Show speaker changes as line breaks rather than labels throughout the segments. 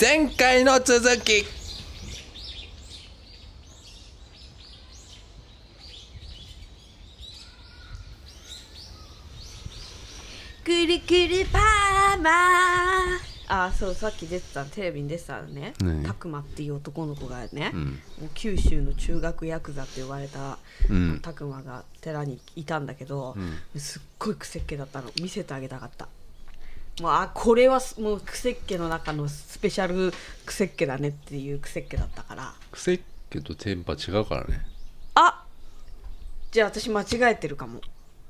前回の続き
くるくるパーマあそうさっき出てたテレビに出てたね
何
たくまっていう男の子がね、
ん
もう九州の中学ヤクザって呼ばれた
うん
たくまが寺にいたんだけど、すっごい癖っ気だったの見せてあげたかったもうあこれはすもう癖っ気の中のスペシャル癖っ気だねっていう癖っ気だったから
癖っ気とテンパ違うからね
あじゃあ私間違えてるかも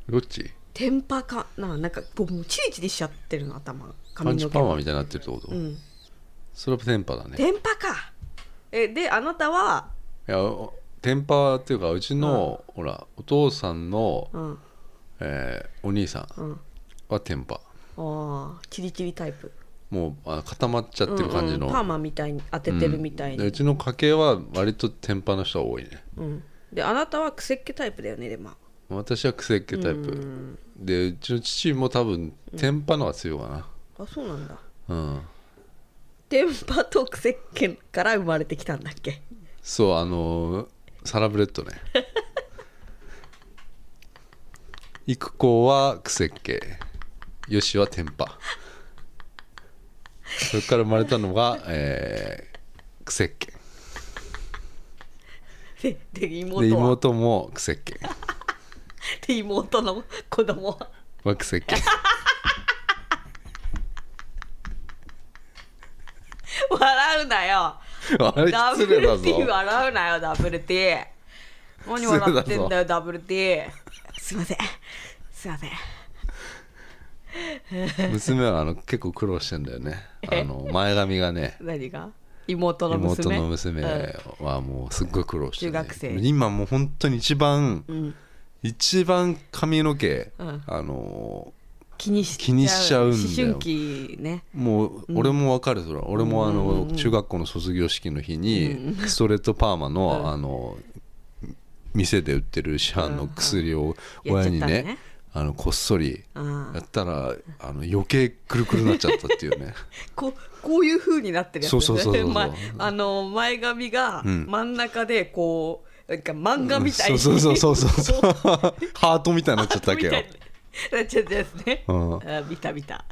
どっち
テンパかななんか僕もうチリチリしちゃってるの頭
パン
髪
チ
の
パ
毛
ーマ
も
みたいになってるってこと、
うん
それはテンパだね
電波かえであなたはい
やおテンパっていうかうちの、ほらお父さんの、
うん
えーお兄さん
うん
はテンパ
ああチリチリタイプ
もうあ固まっちゃってる感じ
うん
の、
うんパーマみたいに当ててるみたい
で
に、う
うんちの家系は割とテンパの人が多いね
であなたは癖っ気タイプだよねでも
私は癖っ気タイプ、でうちの父も多分テンパの方が強いか
あそうなんだ
なうん、
電波と癖っ気から生まれてきたんだっけ
そうあのーサラブレッドね育子は癖っ気よしはテンパそれから生まれたのが、えー、癖っ気
でで妹は
で
で妹
妹も癖っ気
の子供は
は癖っ気
笑うなよ
あれ失礼だぞ
WT 笑うなよ WT 何笑ってんだよ WT すいませんすいません
娘はあの結構苦労してんだよねあの前髪がね
何が妹の娘
妹の娘
うん
はもうすっごい苦労して、ね、
中学生
今もう本当に一番、
ん
一番髪の毛、
うん
あの
気にし
気にしちゃうんだよ
思春期ね
もう俺もわかるそれは俺もあの、中学校の卒業式の日にストレートパーマの、あの店で売ってる市販の薬を
うんうん
親に
やっちゃ
ね,、
ったね
あのこっそり
あー
やったらあの余計くるくるになっちゃったっていうね
こうこういう風になってるやつです
そう
ね
そうそうそう
まあの前髪が
ん
真ん中でこうなんか漫 画みたいに、
そうそうそうそう
こ
そう ハートみたいになっちゃったわけ
みた
よ
いになっちゃったやつね、
うん
あー見た見た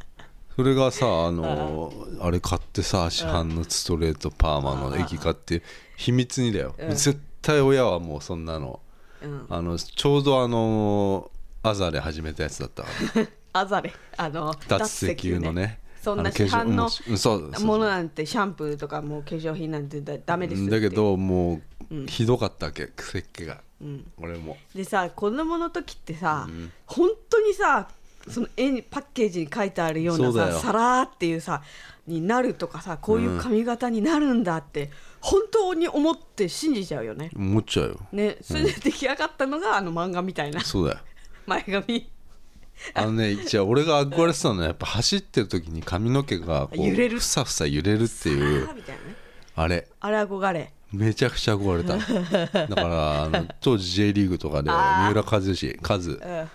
それがさあのあれ買ってさ市販のストレートパーマの液買って秘密にだよ、
うん
絶対親はもうそんなの
うん
あのちょうどあのアザで始めたやつ だったから
あざれあの
脱石油のね
そん
あ
な
の化
市
粧
販
う
の
んそうそうそう
ものなんてシャンプーとかもう化粧品なんてだダメですって
だけどもうひどかったわけ癖っ気が、俺も
でさ子供の時ってさ、本当にさその絵にパッケージに書いてあるような
そうだ
さ
よ
さらーっていうさになるとかさこういう髪型になるんだって、本当に思って信じちゃうよね。
思っちゃうよ
ねそれで出来上がったのが、あの漫画み たいな
そうだよ
前髪
あの ね、じゃあ俺が憧れてたのはやっぱ走ってる時に髪の毛がこう
揺れる
ふさふさ揺れるって
あ
いう
ーみたいなね
あれ
あれ憧れ
めちゃくちゃ憧れただからあの当時 J リーグとかで
あ
三浦和志和
うん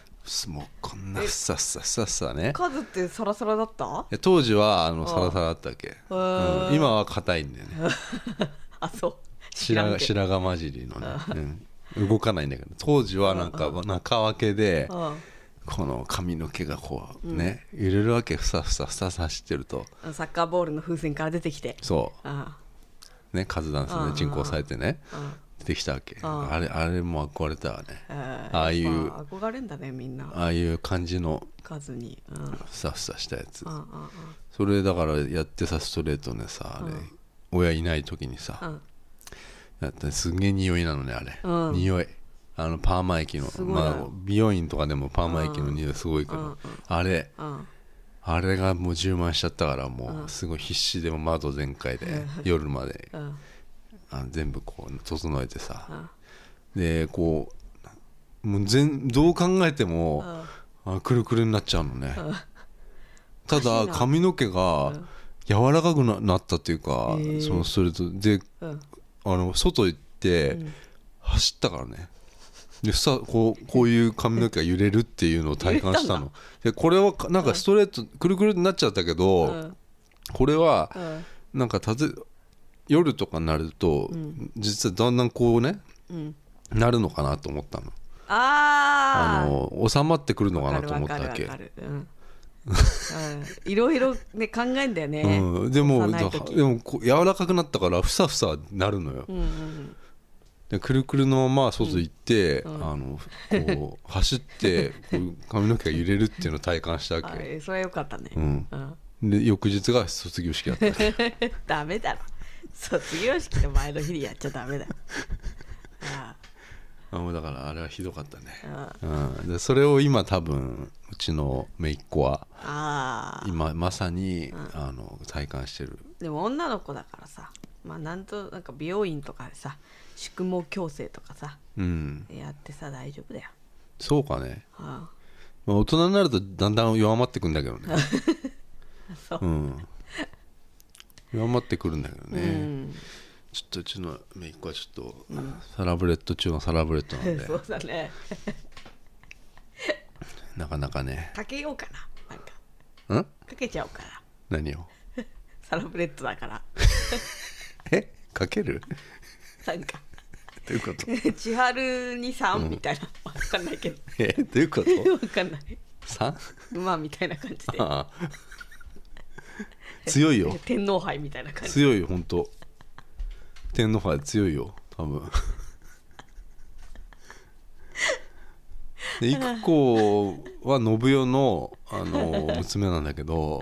もうこんなふさふさふさふさね
カズってサラサラだった
いや当時はあのサラサラだったっけ、
ー
うん今は硬いんだよね
あそうん
白
けど
白髪混じりのね、うん動かないんだけど当時はなんか中分けで
うん
この髪の毛がこうね揺れるわけふさふさふさふさ走ってると
あのサッカーボールの風船から出てきて
そう
あ
ね、カズダンス
うんう
の
ん
人工されてね
ん
出てきたわけ
ん
あれあれも憧れたわね
ーえー
ああい
やっ
う
ぱ憧れんだねみんな
ああいう感じの
カズにうん
ふさふさしたやつ
うんうん
それだからやってさストレートねさあれ親いない時に
う
さ
ん
やったすんげえ匂いなのねあれ
うん
匂いあのパーマ液の
ごいな
まあ美容院とかでもパーマ液の匂いすごいけどあれ
うん
あれがもう充満しちゃったからもうすごい必死でも窓全開で夜まで
うん
あの全部こう整えてさ
うん
でこうもう全どう考えてもあくるくるになっちゃうのね
おか
た
し
だ
いな
髪の毛が柔らかくななったというか
へー
そのそれとで
うん
あの外行って走ったからねでさこうこういう髪の毛が揺れるっていうのを体感したのでこれはかなんかストレートくるくるになっちゃったけ
う
ど
ん
これは
うん
なんかたず夜とかになると、
うん
実はだんだんこうね
うん、
なるのかなと思ったの
あ
あ
ー
の収まってくるのかなと思
わ
っ
か
た
る
わ
わ
け
かるわかるうんうんいろいろね考えんだよね、
うん、でも
幼
だ
い
か
時
でもこう柔らかくなったからふさふさなるのよ、
うんうん
でくるくるのまま外行って、
うん
あのこう 走ってこう髪の毛が揺れるっていうのを体感したわ
あ
けよ
れそれはよかったね、
うん
うん
で翌日が卒業式だった
ダメだろ卒業式の前の日にやっちゃダメだよあ
あもうだからあれはひどかったね、
ーうん
うん、でそれを今多分うちの姪っ子は
あー
今まさに、あの体感してる
でも女の子だからさまあなんとなんか美容院とかでさ宿毛矯正とかさ
うん
やってさ大丈夫だよ、
そうかね、
うん、
まあ、大人になるとだんだん弱まってくんだけどね
そう
うん弱まってくるんだけどね、
うん
ちょっとうちの姪っ子はちょっと、サラブレッド中のサラブレッドなんで
そうだね
なかなかね
かけようかななんか
ん
かけちゃおうかな
何を
サラブレッドだから
えかける
なんか
どういうこと
千春にさんみたいな、わかんないけど
えどういうこと
わかんない
3
馬みたいな感じで
ああ強いよ
天皇杯みたいな感じ
強いよ本当天皇杯強いよ多分で育子は信代のあの娘なんだけど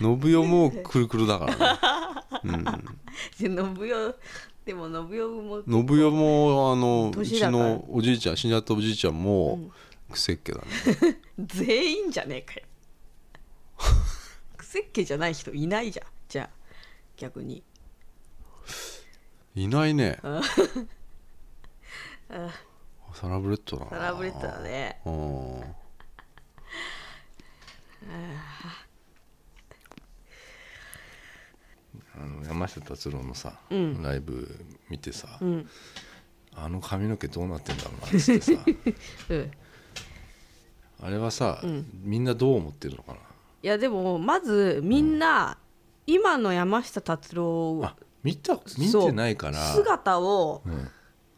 信代もくるくるだからね、
で信代でも信代も
うん、信代もあのう
年
ち
だから
のおじいちゃん死んじゃったおじいちゃんもくせっけだね、
全員じゃねえかよクセっ気じゃない人いないじゃんじゃあ逆に
いないねサラブレッドだな
サラブレッドだね
うんあの山下達郎のさ、
ん
ライブ見てさ、
ん
あの髪の毛どうなってんだろうなっつって さ
うん
あれはさ、みんなどう思ってるのかない
やでもまずみんな、今の山下達郎
あ見た見てないから
そう姿を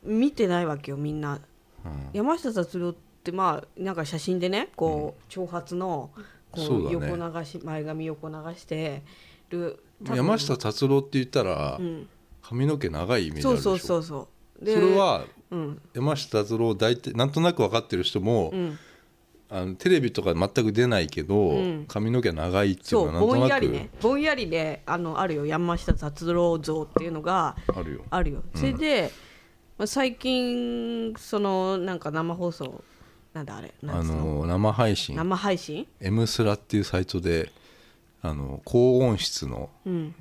うん
見てないわけよみんな
うん
山下達郎ってまあなんか写真でねこう長髪のこ
そうだ
う
ね
横流し、前髪横流してる多分
山下達郎って言ったら、
うん
髪の毛長いイメージ
そ
あ
う
るでし
そ
ょ
うそうそう
それは
うん
山下達郎を大体なんとなく分かってる人も、
うん
あのテレビとか全く出ないけど、
うん
髪の毛長いっていう
そ
の
う
はなん
ぼ
と
ん
な
や
く
りねぼんやりねあのあるよ山下達郎像っていうのが
あるよ。
あるよそれで、まあ、最近そのなんか生放送なんだあれな
あ
んつう
の生配信
生配信、
「M スラ」っていうサイトであの高音質の
うん、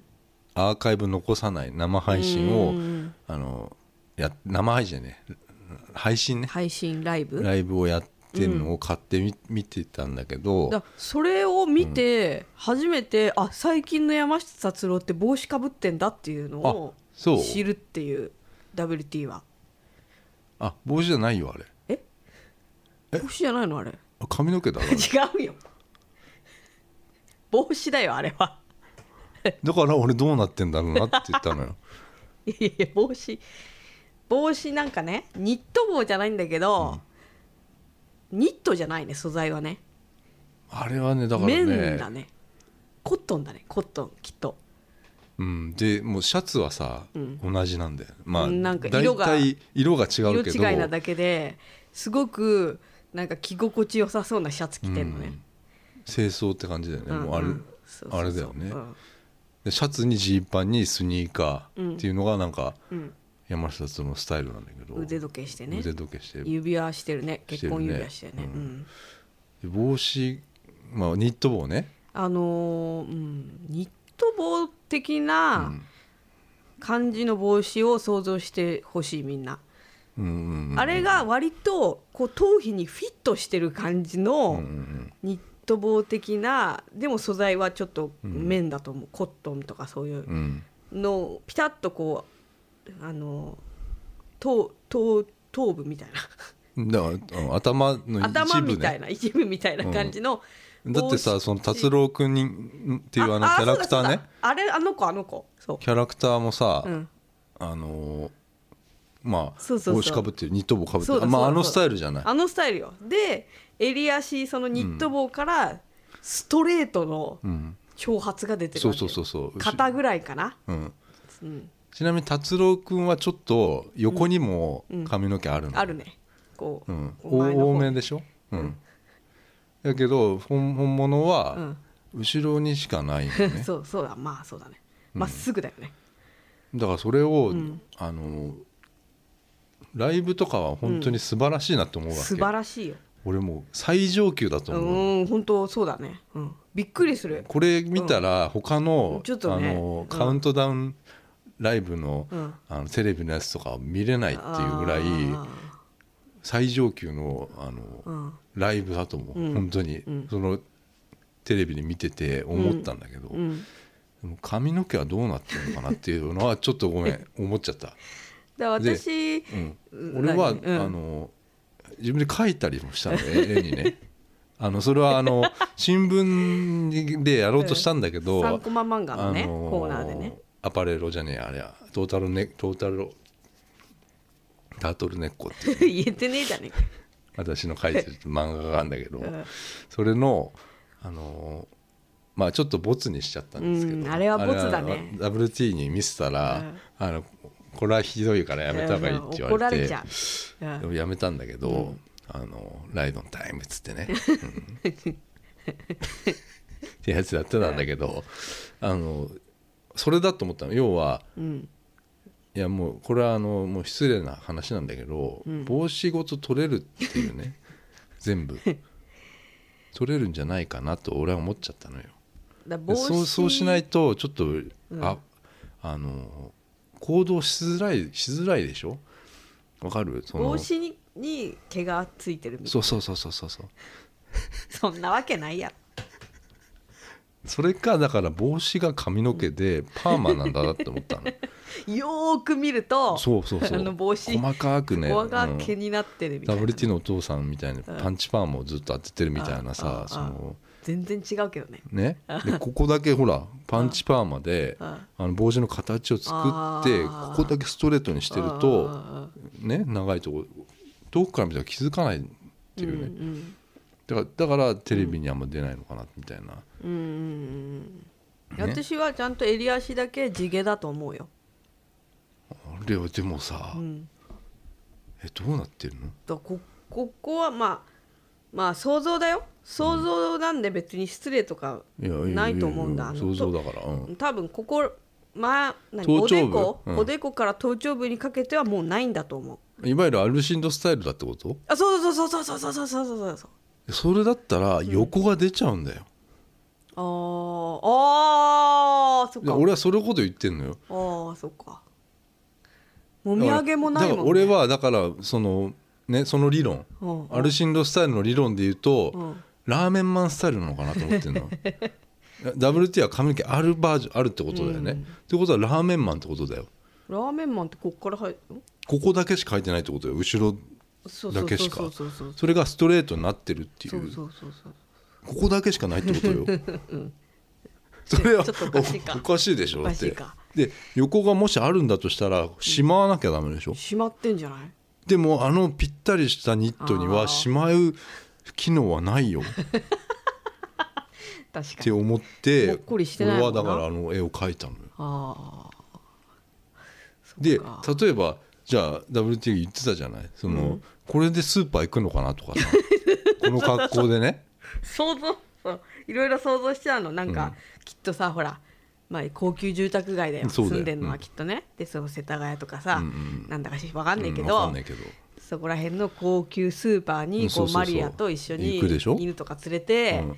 アーカイブ残さない生配信
うんうんう
をあのや生配信じゃね配信ね
配信ライブ
ライブをやってるのを買ってみ、見てたんだけど
だそれを見て初めて、あ最近の山下達郎って帽子かぶってんだっていうのを
あそう
知るっていう WT は
あ帽子じゃないよあれ
帽子じゃないのあれ
あ髪の毛 だから
違うよ帽子だよあれは
だから俺どうなってんだろうなって言ったのよ
いやいや帽子帽子なんかねニット帽じゃないんだけど、ニットじゃないね素材はね
あれはねだから ね
綿だねコットンだねコットンきっと
うん、でもうシャツはさ、同じなんだよまあ
なんか
大
色が
体色が違
色
うけど
違いなだけですごくなんか着心地よさそうなシャツ着てんのね、
清掃って感じだよね、もうあれ
んんそうそうそう
あれだよね
うん
でシャツにジーパンにスニーカーっていうのがなんか、
ん
山下達郎のスタイルなんだけど
腕時計してね
腕時計して
指輪してるね結婚
してる
指
ね
輪してるね
うん
うん
で帽子、まあ、ニット帽ね、
あのーうんニット帽的
う
なん感じの帽子を想像してほしいみんな、
うんうんうん、
あれが割とこう頭皮にフィットしてる感じのニット帽的なでも素材はちょっと綿だと思う、コットンとかそういう
うん
のピタッとこうあの頭頭頭部みたいな
だからうん頭の
頭
一部
みたい
ね
な一部みたいな感じの、
だってさその達郎くんにんっていうあのキャラクタ
そ
ー
うだそう
ね
だあれあの子あの子そう
キャラクターもさ、
うん
あのーまあ
そうそうそう
帽子かぶってるニット帽かぶって
そう
る
だ
あ,、まあ、あ
そうだ
のスタイルじゃない
あのスタイルよで襟足そのニット帽からストレートの
うん、
長髪が出てる
そう
わけ
そ
よ
うそうそう、
肩ぐらいかな、
うん、
うん、
ちなみに達郎くんはちょっと横にも髪の毛あるの、
あるねこう、
うん、
こう前の方
多めでしょ、うん、だけど本本物は後ろにしかないの ね、
そうそうだまあそうだねまっすぐだよね、
だからそれを、あのライブとかは本当に素晴らしいなと思うわけ、
素晴らしいよ
俺もう最上級だと
う
思う、
ん本当そうだね、うん、びっくりする
これ見たら他の,、
ちょっとね
あの
うん
カウントダウンライブの,、
うん
あのテレビのやつとかは見れないっていうぐらい
あ
最上級のあの、
ーうん
ライブだと思う、
うん
本当に、
ん
そのテレビで見てて思ったんだけど、
うん
でも髪の毛はどうなってるのかなっていうのはちょっとごめん思っちゃった、
だから私
うん
うん
俺は、
何うん
あの自分で描いたりもしたの絵絵にねあのそれは あの新聞でやろうとしたんだけど、
3コマ漫画のね、
あのー
コーナーでね
アパレルじゃねえやあれやトータルネトータルタートルネッコってい
言
う
えてねえじゃねえか
私の書いてる漫画があるんだけど、
ん
それのあのーまあちょっとボツにしちゃったんですけど、
うんあれはボツだね
あれは WT に見せたら、あのこれはひどいからやめた方がいいって言
怒
わ
ら
れ
れ
て
ちゃう、うん
でもやめたんだけど、あのライドンタイムっ つってね、うんってやつやってたんだけどあのそれだと思ったの要は
うん
いやもうこれはあのもう失礼な話なんだけど、帽子ごと取れるっていうね 全部取れるんじゃないかなと俺は思っちゃったのよ。
だから帽
で
子
そうそうしないとちょっと、ああの行動しづらいしづらいでしょわかるその
帽子にに毛がついてるみたい
そうそうそうそうそうそう
そんなわけないや
それかだから帽子が髪の毛でパーマなんだなって思った の
よーく見ると
そうそうそう
あの帽子
細かくね
ここが
うん
毛になってるみたいな、
WT のお父さんみたいなパンチパーマをずっと当ててるみたいなさ
あ
その
全然違うけどね
ねでここだけほらパンチパーマであの帽子の形を作って
あ
ここだけストレートにしてると
あー
ね長いとこ遠くから見たら気づかないっていうね、
うん
だからだからテレビにあんま出ないのかなみたいな、
うんうんうん私はちゃんと襟足だけ地毛だと思うよ、
あれはでもさ、
うん、
えどうなってるの
だこここはまあまあ想像だよ想像なんで別に失礼とか
いやいやいや
ないと思うんだ
い
あ
や
の
想像だから、うん、
多分ここまあ何
頭
お
頂
で
部
こ、
うん
おでこから頭頂部にかけてはもうないんだと思う
いわゆるアルシンドスタイルだってこと
あそうそうそうそうそうそうそうそうそうそう
それだったら横が出ちゃうんだよ、
あーあーそっ
いや
か
俺はそれほど言ってんのよ
ああそっかもみあげもない
だから
もんね
俺はだからそのねその理論、
うん
アルシンドスタイルの理論で言うと、
うん
ラーメンマンスタイルなのかなと思って んの WT は髪の毛あるバージョンあるってことだよね、ってことはラーメンマンってことだよ
ラーメンマンってこっから入るん
ここだけしか書いてないってことよ後ろ
そうそ
だ
う
け
そ
し
う
か
そうそうそう
それがストレートになってるってい
そううそうそうそう
ここだけしかないってことよ。 それは
ちょっとおかしいか
おおかしいでしょだっ
お
て
かしいか。
で横がもしあるんだとしたらしまわなきゃダメでしょ。
しまってんじゃない
でもあのぴったりしたニットに
あ
は
ー
しまう機能はないよっ
確か
て
に
思って
もっこりしてない
俺
もんな
はだからあの絵を描いたのよ。
ああ
で
か
例えばじゃあ WT 言ってたじゃないその、これでスーパー行くのかなとかさ この格好でね。
想像そういろいろ想像しちゃうのなんか、きっとさほらまあ、高級住宅街だよ
そうだよ
住んでるの
う
は
ん
きっとね、でその世田谷とかさ、
うんうん
なんだかし わかんないけ
うんわ
ど,、
かんないけど
そこら辺の高級スーパー
うん
に
そ
こ
う
う
そうそう
マリアと一緒に
行くでしょ
犬とか連れて、
うん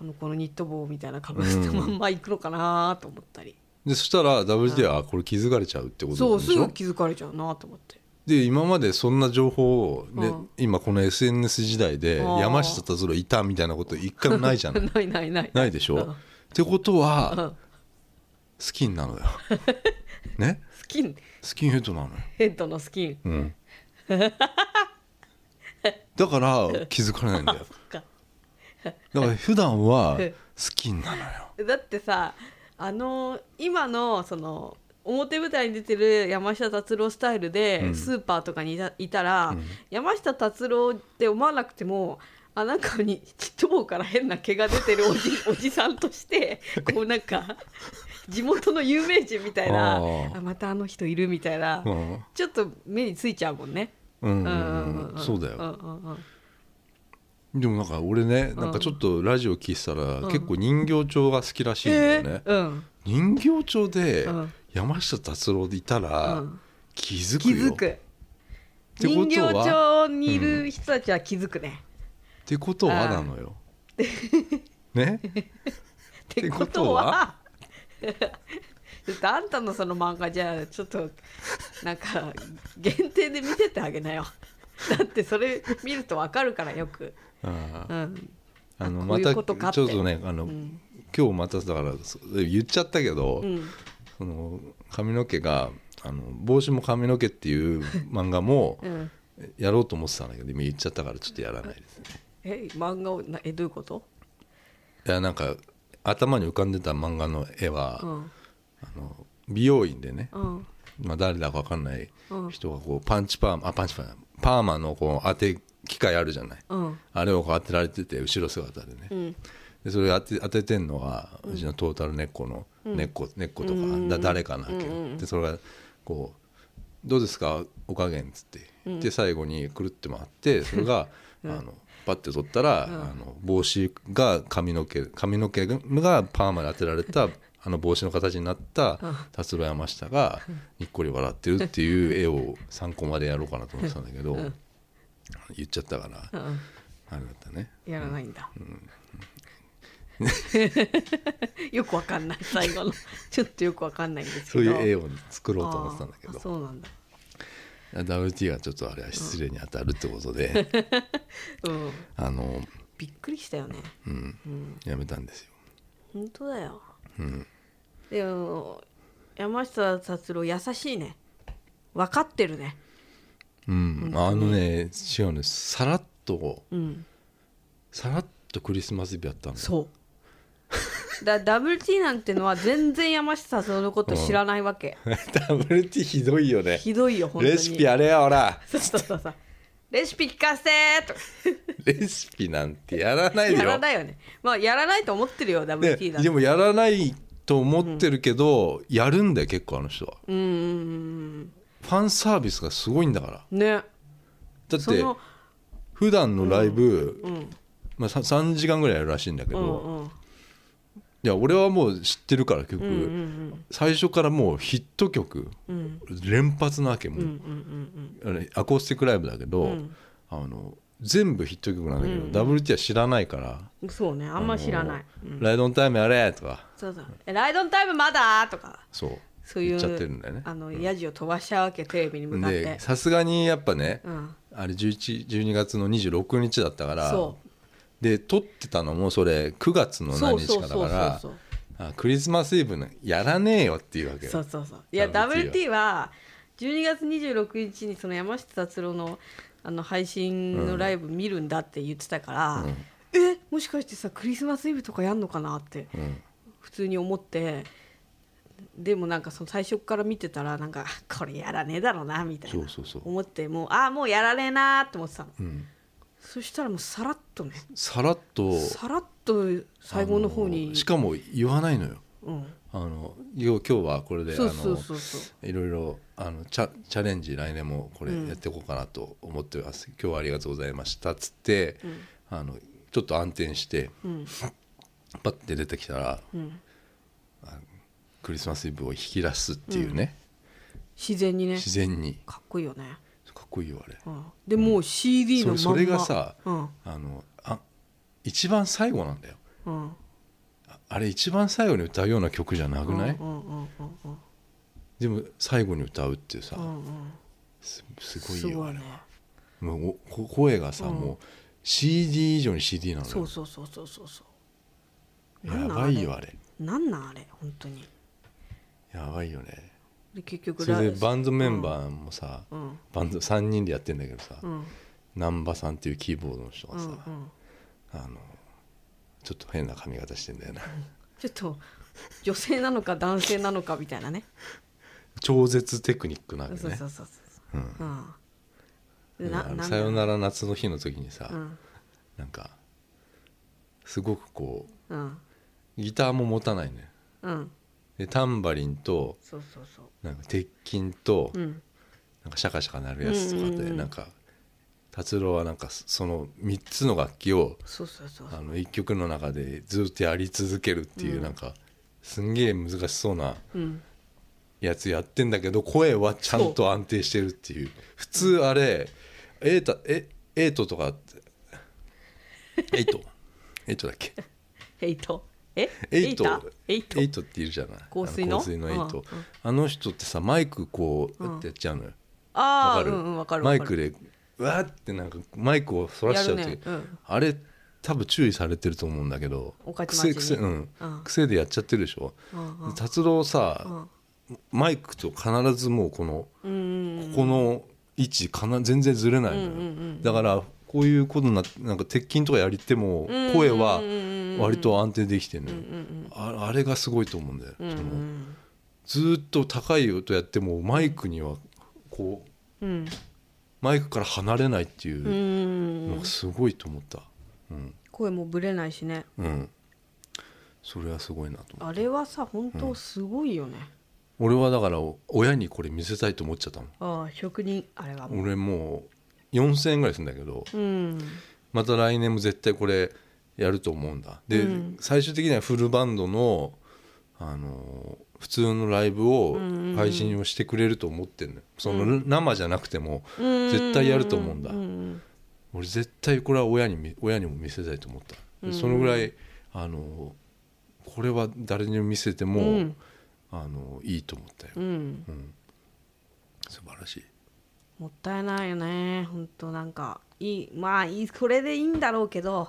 あのこのニット帽みたいなかぶったまんま行くのかなと思ったり、
でそしたら WT はあこれ気づかれちゃうってこと
そ
なん
う
ですしょ
ぐ気づかれちゃうなと思って
で今までそんな情報を、ね
うん
今この SNS 時代で
あー
山下達郎いたみたいなこと一回もないじゃない
ないないない
ないでしょ、
うん
っ
好
てこと
う
は
ん
スキンなの よね
きン
スキンヘッドなのよ、
ヘッドのスキン
うん、だから気づかれないんだよ
か
だから普段は
うん
好きなのよ
だってさあの今のその表舞台に出てる山下達郎スタイルで、
うん
スーパーとかにいたいたら、
うん
山下達郎って思わなくてもあなんかにちっともから変な毛が出てるお じおじさんとしてこうなんか地元の有名人みたいな
あー
あまたあの人いるみたいな、
うん
ちょっと目についちゃうもんね。
うん
う
うんん
うん
う
うんん
そうだよ
んうんうん
でもなんか俺ねなんかちょっとラジオ聞いてたら、
うん
結構人形町が好きらしいんだ
え
よね、
ーうん
人形町で
うん
山下達郎でいたら
うん
気づく
気
よ、
づ
っ
く
てことは
人形町にいる人たちは気づくね、
てことはなのよ ね
ってことはちょっとあんたのその漫画じゃちょっとなんか限定で見てってあげなよだってそれ見るとわかるからよく、
あ
う
あ
ん、
あの
こう
ま
いう
た
ことかっ
ち
て
ょっとねあの、
ん
今日まただからそ言っちゃったけど、
うん、
その髪の毛があの帽子も髪の毛っていう漫画も
うん、
やろうと思ってたんだけど今言っちゃったからちょっとやらないですね
え漫画をなえどういうこと、
いやなんか頭に浮かんでた漫画の絵は、
うん
あの美容院でね、
うん
まあ、誰だか分かんない
うん
人がこうパンチパーマあパンチパーマパーマのこう当て機械あるじゃない
うん
あれをこう当てられてて後ろ姿でね、
うん
でそれ当て当ててんのがうちのトータル根っこの根っこ,、根っことか、だ誰かなわけよ、でそれがこう「どうですかお加減」っつって、で最後にくるって回ってそれ が、あのパッて取ったら、あの帽子が髪の毛髪の毛がパーマで当てられたあの帽子の形になった達郎山下がにっこり笑ってるっていう絵を参考までやろうかなと思ってたんだけど、言っちゃったから、
うん
あれだったね。
やらないんだ、よくわかんない最後のちょっとよくわかんないんです
そう
け
い
ど
う絵を作ろう
あ
と思ってたんだけど
ーそうなんだ
WT がちょっとあれは失礼に当たるってことで、
うん
あの、
びっくりしたよね
うんやめたんですよ。
本当だよ
うん、
でも山下達郎優しいね分かってるね
うん、あのね違うねさらっと
うん
さらっとクリスマスイブやったのよ
そう だ WT なんてのは全然山下達郎のこと知らないわけ、
WT ひどいよね
ひどいよ本当に
レシピあれやほら
そうそうそうそうレシピ聞かせーとか
レシピなんてやらないよ
やらないよねまあやらないと思ってるよ WT だ
ででもやらないと思ってるけど、やるんだよ結構あの人は
うんうんうん
ファンサービスがすごいんだから
うんね
だっ
そ
て
の
普段のライブ、
うん
まあ、さ3時間ぐらいやるらしいんだ
う
けど、
んうん
いや俺はもう知ってるから曲、
うんうん
最初からもうヒット曲
うんうん
連発なわけもう、
うんうんうん
あれアコースティックライブだけど、
うん
あの全部ヒット曲なんだけど、
うん
WT は知らないから
うんそうねあんま知らない、
あ
う
の
ん
ライドオンタイムやれ」とか
そうそうえライドオンタイムまだとか
そう
そういう
言っちゃってるんだよね
あのヤジを飛ばしちゃうわけテレビに向かって、
でさすがにやっぱね、
うん、
あれ11 12月の26日だったから
そ
で撮ってたのもそれ9月
う
の
そ
何
うそ
日
う
かだ
そ
か
う
ら
そう
あクリスマスイブのやらねえよっていうわけよ
そうそうそういや
WT
WT は12月26日にその山下達郎のあの配信のライブ見るんだって言ってたから、えもしかしてさクリスマスイブとかやんのかなって
うん
普通に思ってでもなんかその最初から見てたらなんかあこれやらねえだろうなみたいな
そうそうそう
思ってもうああもうやらねえなーって思ってたの、
ん
そしたらもうさらっとね
さらっと
さらっと最後の方
あ
に
しかも言わないのよ
うん、
あの要今日はこれで
そうそうそうそう
あのいろいろあのチャチャレンジ来年もこれやっていこうかなと思ってます、今日はありがとうございましたっつって、あのちょっと暗転して、パッて出てきたら、あのクリスマスイブを引き出すっていうね、
自然にね
自然に
かっこいいよね、
かっこいいよあれ、
うん、でもう CD のまんま
それそれがさ、
うん
あのあ一番最後なんだよ
うん
ああれ一番最後に歌うような曲じゃなくない、
うんうんうんうん
でも最後に歌うってさ、
うんうん
すすごい
す
よ
ご
あ
い
れ
ね
もうおこ声がさ、もう CD 以上に CD なのよ
そうそうそうそうそうそう
やばいよ
あ
あれ
れなんなんあれ本当に
やばいよね
で結局
それで
ラ
バンドメンバーもさ、
うん
バンド3人でやってんだけどさ、
うん
難波さんっていうキーボードの人が
うんう
さ、
ん、
あのちょっと変な髪型してんだよな
ちょっと女性なのか男性なのかみたいなね
超絶テクニックなわけね
そうそうそうそう
うん
うんで
だからあの
ん
さよ
だ
なら夏の日」の時にさ、
うん
なんかすごくこ
うん
うギターも持たないね
うん
でタンバリンと
そうそうそ
なんか鉄筋と、
ううん
なんかシャカシャカ鳴るやつとかで、
うんうんうん
なんか達郎はなんかその3つの楽器を
そうそうそう
あの1曲の中でずっとやり続けるっていう、なんかすんげえ難しそうな
うん
やつやってんだけど声はちゃんと安定してるっていう普通あれエイタえエイトとか ってエイトエイトだっけ
ヘイトえ
エイト
タエイト
エイトっているじゃない
香水の
あ香水のエイ
うんう
ト
ん
あの人ってさマイクこうやってやっちゃうのよ
あ
わ
あ
かる,、
うんうんわかる
マ
わ
イ
か
ク
る
でわーってなんかマイクを反らしちゃうってい
やる
う、
ねうん
あれ多分注意されてると思うんだけど
御徒町
癖
に
癖,、うん
うん
癖でやっちゃってるでしょ、
うんうん
で達郎さ、マイクと必ずもうこの、
うんうん
ここの位置かな全然ずれないのよ、だからこういうことななんか鉄筋とかやりても声は割と安定できてるのよ、ああれがすごいと思うんだよ、そのずーっと高い音やってもマイクにはこう
うん
マイクから離れないっていううんのがすごいと思ったうん、
声もぶれないしね
うん、それはすごいなと思う
あれはさ本当すごいよね、
俺はだから親にこれ見せたいと思っちゃったも
ああ職人あれはも
ん俺もう4000円ぐらいするんだけど
ううん
また来年も絶対これやると思うんだで、
うん
最終的にはフルバンドの、あのー普通のライブ
ん
を
うんうん
配信をしてくれると思ってんのよその、生じゃなくても
絶
絶対やると思うんだ
うん
俺絶対これは親に見親にも見せたいと思ったでそのぐらい、あのーこれは誰にも見せても、
うん
あのーいいと思ったよ、
うん、うん
うん素晴らしい
もったいないよね本当なんかいいまあいいこれでいいんだろうけど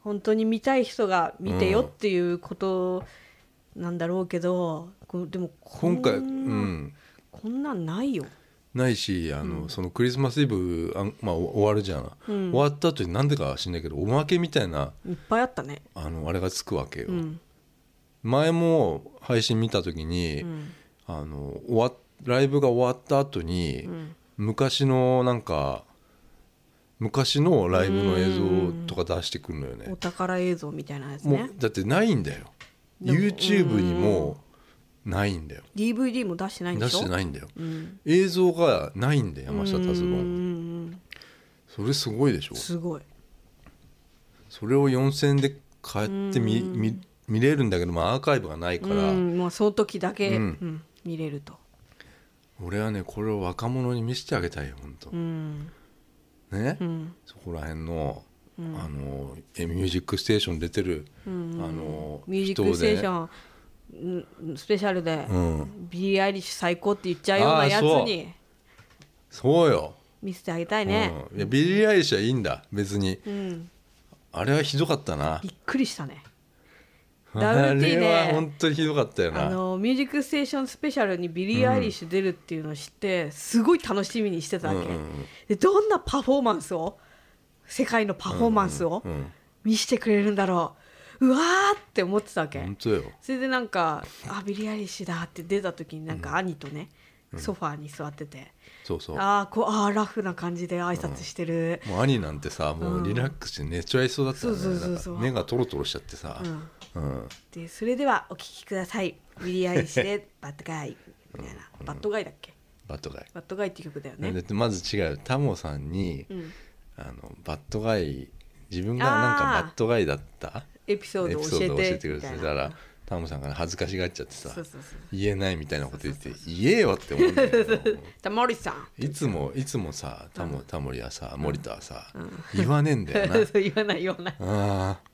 本当に見たい人が見てよっていうことなんだろうけど、こでもこん
今
な
回うん
こんなんないよ
ないしあの、そのクリスマスイブあん、まあ、お終わるじゃん、終わった後になんでか知んないけどおまけみたいない
っぱいあったね
あのあれがつくわけよ、
うん
前も配信見た時に、
ん
あの終わライブが終わった後に、
ん
昔のなんか昔のライブの映像とか出してくるのよね、
お宝映像みたいなやつ
もう
ね
だってないんだよ
でも
YouTube にもないんだよ
DVD も出してないんで
出
しょ
して
い
ないんだよ
うん
映像がないんだよ山下
うん
達
うん
郎
うん
それすごいでしょ
すごい
それを4000円で買ってみ見見れるんだけど、まあ、アーカイブがないから、
うんまあその時だけ、
う
うんん見れると
俺はねこれを若者に見せてあげたいよ本当、
うん
ね、
うん
そこら辺の、あのえミュージックステーション出てる、あの
ミュージックステーシ
ン
ョン、うんスペシャルで、
うん
ビリー・アイリッシュ最高って言っちゃうようなやつに
そうよ、
見せてあげたいね、
うん、いやビリー・アイリッシュはいいんだ別に
うん
あれはひどかったな
びっくりしたね
あ
WT
れは本
で
当にひどかったよ
あ
な
のミュージックステーションスペシャルにビリー・アイリッシュ出るっていうのを知って、すごい楽しみにしてたわけ、
うんうんうん
でどんなパフォーマンスを世界のパフォーマンスを
うん
見せてくれるんだろううわーって思ってたわけ、
本当よ
それでなんか「あビリー・アイリッシュだ」って出た時になんか兄とね、ソファーに座ってて、
そうそう
ああこうあーラフな感じで挨拶してる、
もう兄なんてさもうリラックスして寝ちゃいそうだったよね
そうそうそうそう
なんか目がトロトロしちゃってさ、うん
でそれではお聞きください「ビリー・アイリッシュでバッドガイ」みたいな「バッドガイ」だっけ
バッドガイ
「バッドガイ」っていう曲だよ
だ
ね
ってまず違うタモさんに、あのバッドガイ自分がなんか
あー
バッドガイだった
エピソー
エ
ドを
ピソード
教
を教え
え
て
て
くれ
み
て
たい
たら
な
タモさんから恥ずかしがっちゃってさ
そうそうそう
言えないみたいなこと言って言えよって思うんだよ
タモリさん
い つもいつもさタモタモリはさ森田はさ、言わねえんだ よな
そう言わない言わない
あー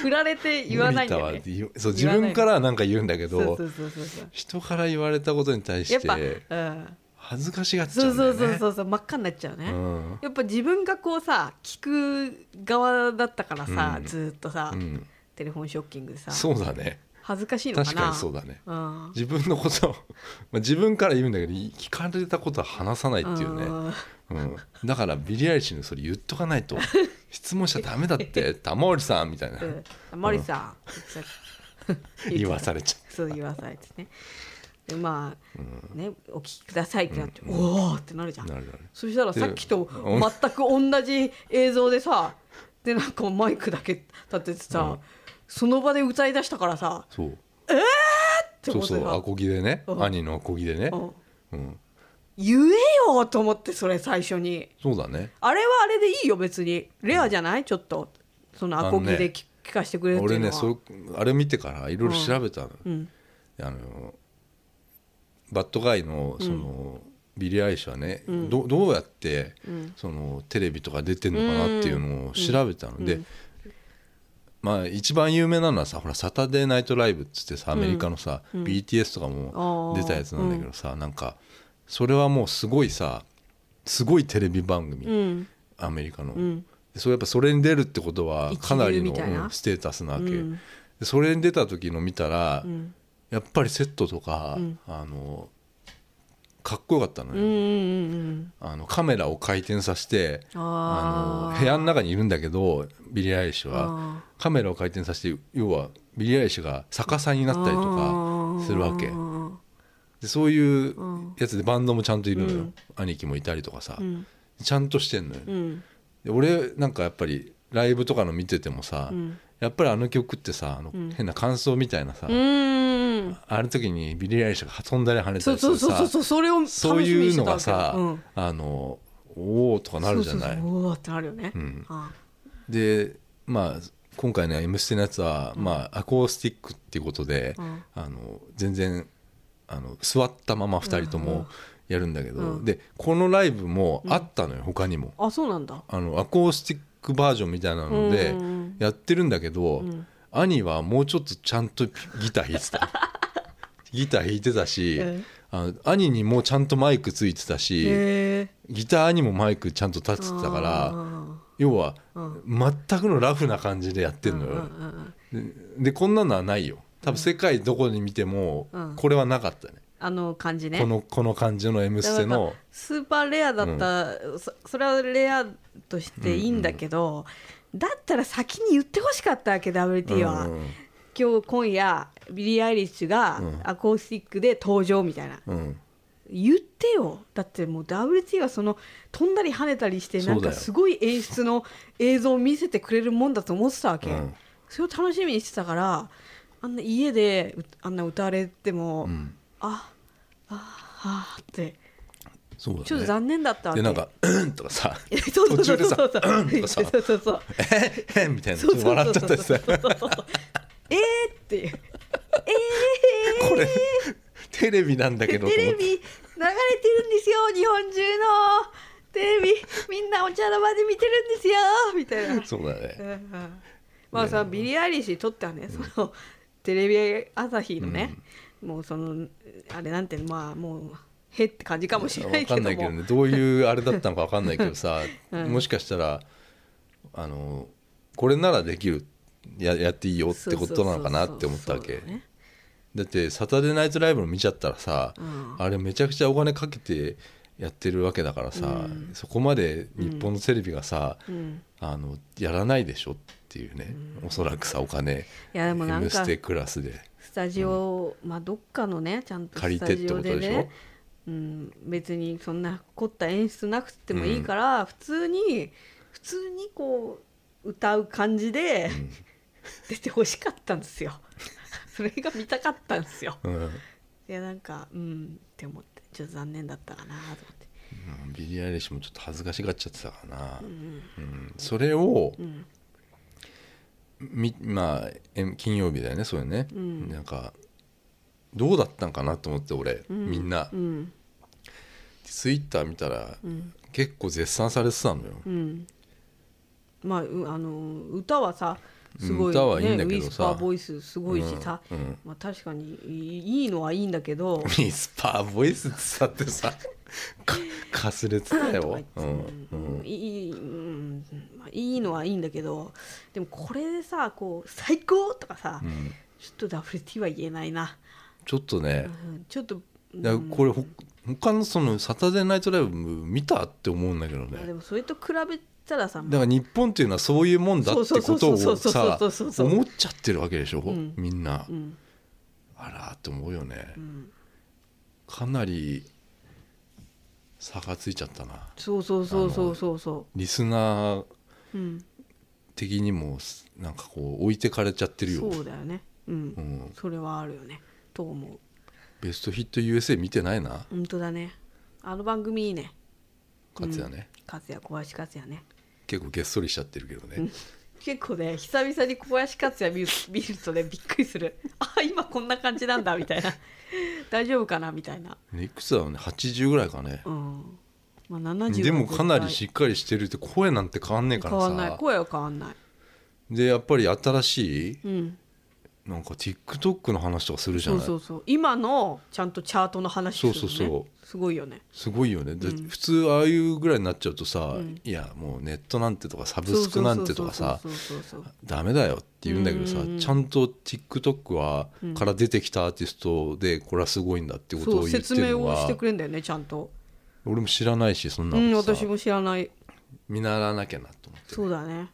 振られて言わないんだよ
森
ね
田は言うそう自分からはなんか言うんだけど
そうそうそうそうそう
人から言われたことに対
や
し
っぱ、
て
うん、
恥ずかしがっちゃ
そううん
だよ
そう
ね
そうそうそう真っ赤になっちゃうね、
うん
やっぱ自分がこうさ聞く側だったからさ、ずーっとさ、
ん
テレフォンショッキングでさ
そうだね
恥ずかしいのかな
確かにそうだね
うん
自分のことをまあ自分から言うんだけど聞かれたことは話さないっていうね
うん
うん、だからビリヤリ氏にそれ言っとかない と質問しちゃダメだって玉森さんみたいな
うん、マリさん、
言わされちゃっ
そう言わされてねでまあ、ねお聞きくださいってなって、おおってなるじゃん
なるなる
そしたら
で
さっきと
うん
全く同じ映像でさでなんかマイクだけ立ててさ、
うん
その場で歌いだしたからさ
たそう
って
そ
思
う
って
そうア
さ
コギでね
うん
兄のアコギでね
うん
うん
言えよと思ってそれ最初に
そうだね
あれはあれでいいよ別にレアじゃないちょっとそのアコギ
あのね
で聞聞かせてくれるってい
俺
うの
ね
は
そうあれ見てからいろいろ調べたの,、
うん
あのバッドガイのその、ビリー・アイリッシュはね、どどうやって、そのテレビとか出てんのかなっていうのを調べたので、まあ一番有名なのはさほら「サタデーナイトライブ」っつってさアメリカのさ、BTS とかも出たやつなんだけどさ、なんかそれはもうすごいさすごいテレビ番組、
うん
アメリカの、
ん
でそれやっぱそれに出るってことは
一流
かなりの
みたいな
うんステータスなわけ、
うん
でそれに出た時の見たら、
ん
やっぱりセットとか、あのかっこよかったの
うんう
よ、
んうんうん
あのカメラを回転させて
あー
の部屋の中にいるんだけどビリー・アイリッシュ
あ
はカメラを回転させて要はビリー・アイリッシュが逆さになったりとかするわけ
あー
でそういうやつでバンドもちゃんといるのよ、
うん
兄貴もいたりとかさ、
ん
ちゃんとしてんのよ、
うん
で俺なんかやっぱりライブとかの見ててもさ、
ん
やっぱりあの曲ってさあの変な感想みたいなさ、
うん
あの時にビリー・アイリッシュが飛んだり跳ねた
そう
りす
そう
る
そうそうそ
さ
うそれを楽し
そう
みに
いう
して
の
たわ
が
けだ
さ、
うん
あのおおとかなるじゃな
そう
い
そうそううわってなるよね、
ん
あ
でまあ今回ね「M ステ」のやつは、まあ、アコースティックっていうことで、
うん
あの全然あの座ったまま2人ともやるんだけど、
うん
でこのライブもあったのよ、他にも
あそうなんだ
あのアコースティックバージョンみたいなので
うんうんうん
やってるんだけど、
ん
兄はもうちょっとちゃんとギター弾い てたギター弾いてたし、
うん
あの兄にもちゃんとマイクついてたし、
へえ
ギターにもマイクちゃんと立ってたから。要は、全くのラフな感じでやってんのよ、ででこんなのはないよ多分世界どこに見ても
うん
これはなかったね、
あの感じね
このこの感じの「M ステ
だから
の」
スーパーレアだった、そそれはレアとしていいんだけど、だったら先に言ってほしかったわけ WT は、
うん
今日今夜ビリー・アイリッシュが
うん
アコースティックで登場みたいな、
うん
言ってよだってもう WT がその飛んだり跳ねたりして
そうだ
なん
よ
かすごい演出の映像を見せてくれるもんだと思ってたわけ、
うん
それを楽しみにしてたからあんな家でうあんな歌われても、
うん
あああって
そうだね
ちょっと残念だったわけ
でなんか「うん」とかさ
そうそうそ
途中
う
でさ
そう
「うん」とかさ
そうそうそう
「えへん」みたいなち
そう
ょ
そ
っ
う
と笑っちゃったりさ
そうそうそうえーっていう
これテレビなんだ けどと
テ
思
レ
って
ビ流れてるんですよ日本中のテレビみんなお茶の間で見てるんですよみたいな
そうだね
うんうんまあさビリー・アイリッシュにとってはねその テレビ朝日のね、もうそのあれなんていうのまあもうへって感じかもしれな
分
い
か
け
ん
ど
ないけど
も
ねどういうあれだったのか分かんないけどさ、
うん
もしかしたらあのこれならできるややっていいよってことなのかなって思ったわけ
そうそうそうそうだね
だって「サタデーナイトライブ」の見ちゃったらさ、
うん
あれめちゃくちゃお金かけてやってるわけだからさ、そこまで日本のテレビがさ、
うん
あのやらないでしょっていうね、おそらくさお金
いやでもなん
M
か
ステ」クラスで
スタジオ、まあどっかのねちゃんとスタ
借りてっ
ジ
てこ
オ
とでし
で
ょ
ねうん、別にそんな凝った演出なくてもいいから、普通に普通にこう歌う感じで、 出てほしかったんですよ それが見たかったんですよ
うん、うん
いやなんかうんって思ってちょっと残念だったかなと思って
ビリー・アイリッシュもちょっと恥ずかしがっちゃってたからな、うんそれを、
ん
みまあえ金曜日だよねそれね、
ん
なんかどうだったんかなと思って俺、
う
みんな、
うん
ツイッター見たら、
ん
結構絶賛されてたのよ、
うんまあうあの歌はさすごい、ね、
歌はいいんだけどさ
ウィスパーボイスすごいしさ、
うんうん
まあ、確かにいいいいのはいいんだけ ど
ウィスパーボイスってさってさかかすれて た
とか言っ、
よ
て
う
うんんいいうんまあいいのはいいんだけどでもこれでさこう「最高!」とかさ、
うん
ちょっと WT は言えないな、
ちょっとね
う、ん、ちょっと、うん
だからこれほ他のその「サタデーナイトライブ」見たって思うんだけど
まあで
ね
もそれと比べたらさ
だから日本っていうのはそういうもんだってことを
そうそうそう
さ
そうそうそうそうそう
思っちゃってるわけでしょ、
ん
みんな、
うん
あらーって思うよね、
ん
かなり差がついちゃったな
そうそうそうそうそうそ
リスナー
ううん
的にもなんかこう置いてかれちゃってるよ
そうだよねうん、
うん
それはあるよねと思う
ベストヒット USA 見てないな
本当だねあの番組いいね
勝也ね、
和也小林和也ね
結構げっそりしちゃってるけどね、
結構ね久々に小林克也見る 見るとねびっくりするあ今こんな感じなんだみたいな 大丈夫かなみたいな
ねいくつだろうね80ぐらいかね、
うんまあ70
でもかなりし
し
っかりしてるって声なんて変わんねえか
変
ら
わんない
さ
声は変わんない
でやっぱり新しい
うん
なんか TikTok の話とかするじゃ
そ
な
う
い
そうそう今のちゃんとチャートの話するのね
そうそうそ
すごいよね
すごいよね、で
うん
普通ああいうぐらいになっちゃうとさ、
ん
いやもうネットなんてとかサブスクなんてとかさ
そうそうそうそうそう
ダメだよって言うんだけどさ、
うんうんうん
ちゃんと TikTok は、から出てきたアーティストでこれはすごいんだってこと
そ
を
う
言って
説
る
明
の
をし
は
てくれんだよねちゃんと
俺も知らないしそんな
うん
のさ、
私も知らない
見習わなきゃなと思って
そうだね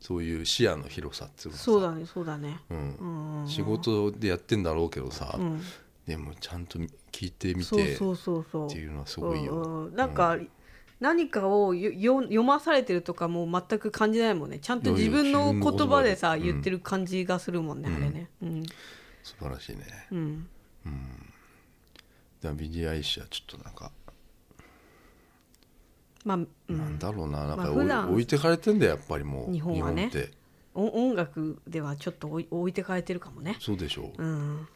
そういう視野の広さっていうのさ
そうだねそうだね
うん
うん
仕事でやってんだろうけどさ、
うん
でもちゃんと聞いてみ
そう
て
そうそうそう
っていうのはすごいよ
うんうんなんか、何かをよよ読まされてるとかもう全く感じないもんねちゃんと自分の言葉でさ
うん
言ってる感じがするもんね、あれねうん
素晴らしいね
うん
だからビリー・アイリッシュはちょっとなんか、
まあ、うん
なんだろうななん
まあ
か
普段
置い置いてかれてんだよやっぱりもう
日本はね
って
お音楽ではちょっと置い置いてかれてるかもね
そうでしょう、
うん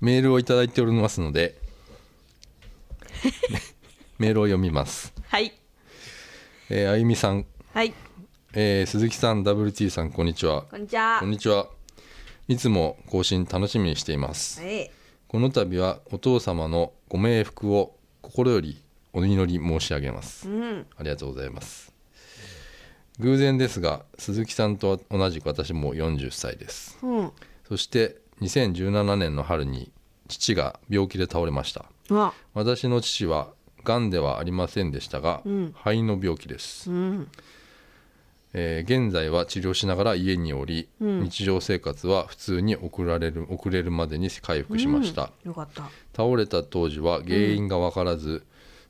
メールをいただいております のでメールを読みます、
はい
えーあゆみさん、
はい
えー鈴木さん WT さんこんにちは
こんにちは
こんにちはいつも更新楽しみにしています
はい
この度はお父様のご冥福を心よりお祈り申し上げます
うん
ありがとうございます偶然ですが鈴木さんと同じく私も40歳です
うん
そして2017年の春に父が病気で倒れました
あ
私の父はがんではありませんでしたが、
うん
肺の病気です、
うん
えー現在は治療しながら家におり、
うん
日常生活は普通に送られる送れるまでに回復しました、
うんよかった
倒れた当時は原因が分からず、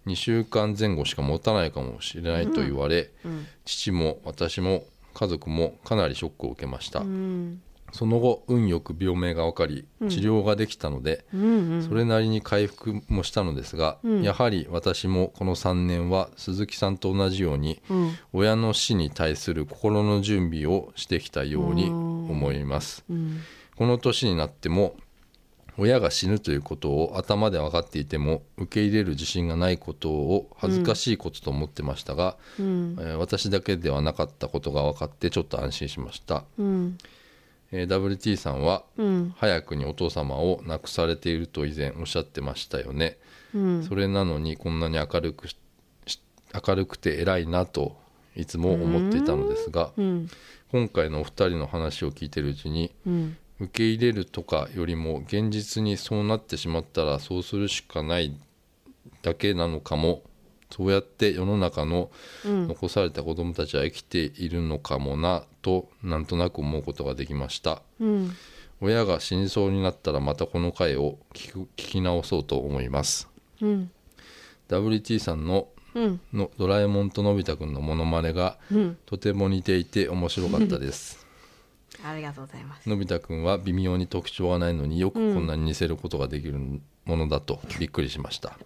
2週間前後しか持たないかもしれないと言われ、
うん
父も私も家族もかなりショックを受けました、
うん
その後運よく病名が分かり治療ができたので、
うんうん
それなりに回復もしたのですが、やはり私もこの3年は鈴木さんと同じように、
うん
親の死に対する心の準備をしてきたように思います。
うん
この年になっても親が死ぬということを頭で分かっていても受け入れる自信がないことを恥ずかしいことと思ってましたが、
うん
えー私だけではなかったことが分かってちょっと安心しました、
うん
えー WT さんは
うん
早くにお父様を亡くされていると以前おっしゃってましたよね、
うん
それなのにこんなに明るくし明るくて偉いなといつも思っていたのですが、
うん
今回のお二人の話を聞いてるうちに
うん
受け入れるとかよりも現実にそうなってしまったらそうするしかないだけなのかもそうやって世の中の
うん
残された子どもたちは生きているのかもなとなんとなく思うことができました
うん
親が死にそうになったらまたこの回を聞く聞き直そうと思います
うん
WT さんの
うん
の「ドラえもんとのび太くん」のモノマネが
うん
とても似ていて面白かったです
ありがとうございます
のび太くんは微妙に特徴がないのによくこんなに似せることができるものだとびっくりしました、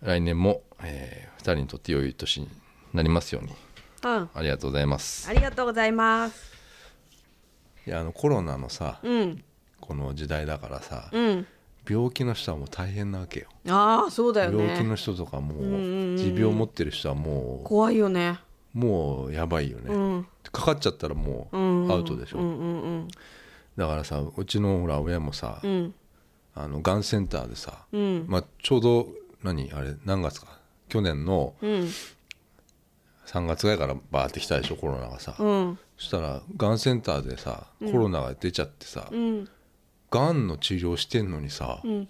来年も、え2人にとって良い年になりますように
うん
ありがとうございます
ありがとうございます
いやあのコロナのさ
うん
この時代だからさ、
うん
病気の人はもう大変なわけよ
ああそうだよ
病気
ね
の人とかも
んうんう
うん持病持ってる人はも
怖いよね
うもうやばいよね、
うん
かかっちゃったらもう
うんうん
アウトでしょ、
うんうんうん
だからさうちのほら親もさ、
うん
あのがんセンターでさ、
うん
まあ、ちょうど何あれ何月か去年の
うん
3月ぐらいからバーって来たでしょコロナがさ、
うん
そしたらがんセンターでさコロナが出ちゃってさ、
うん
がんの治療してんのにさ、
うん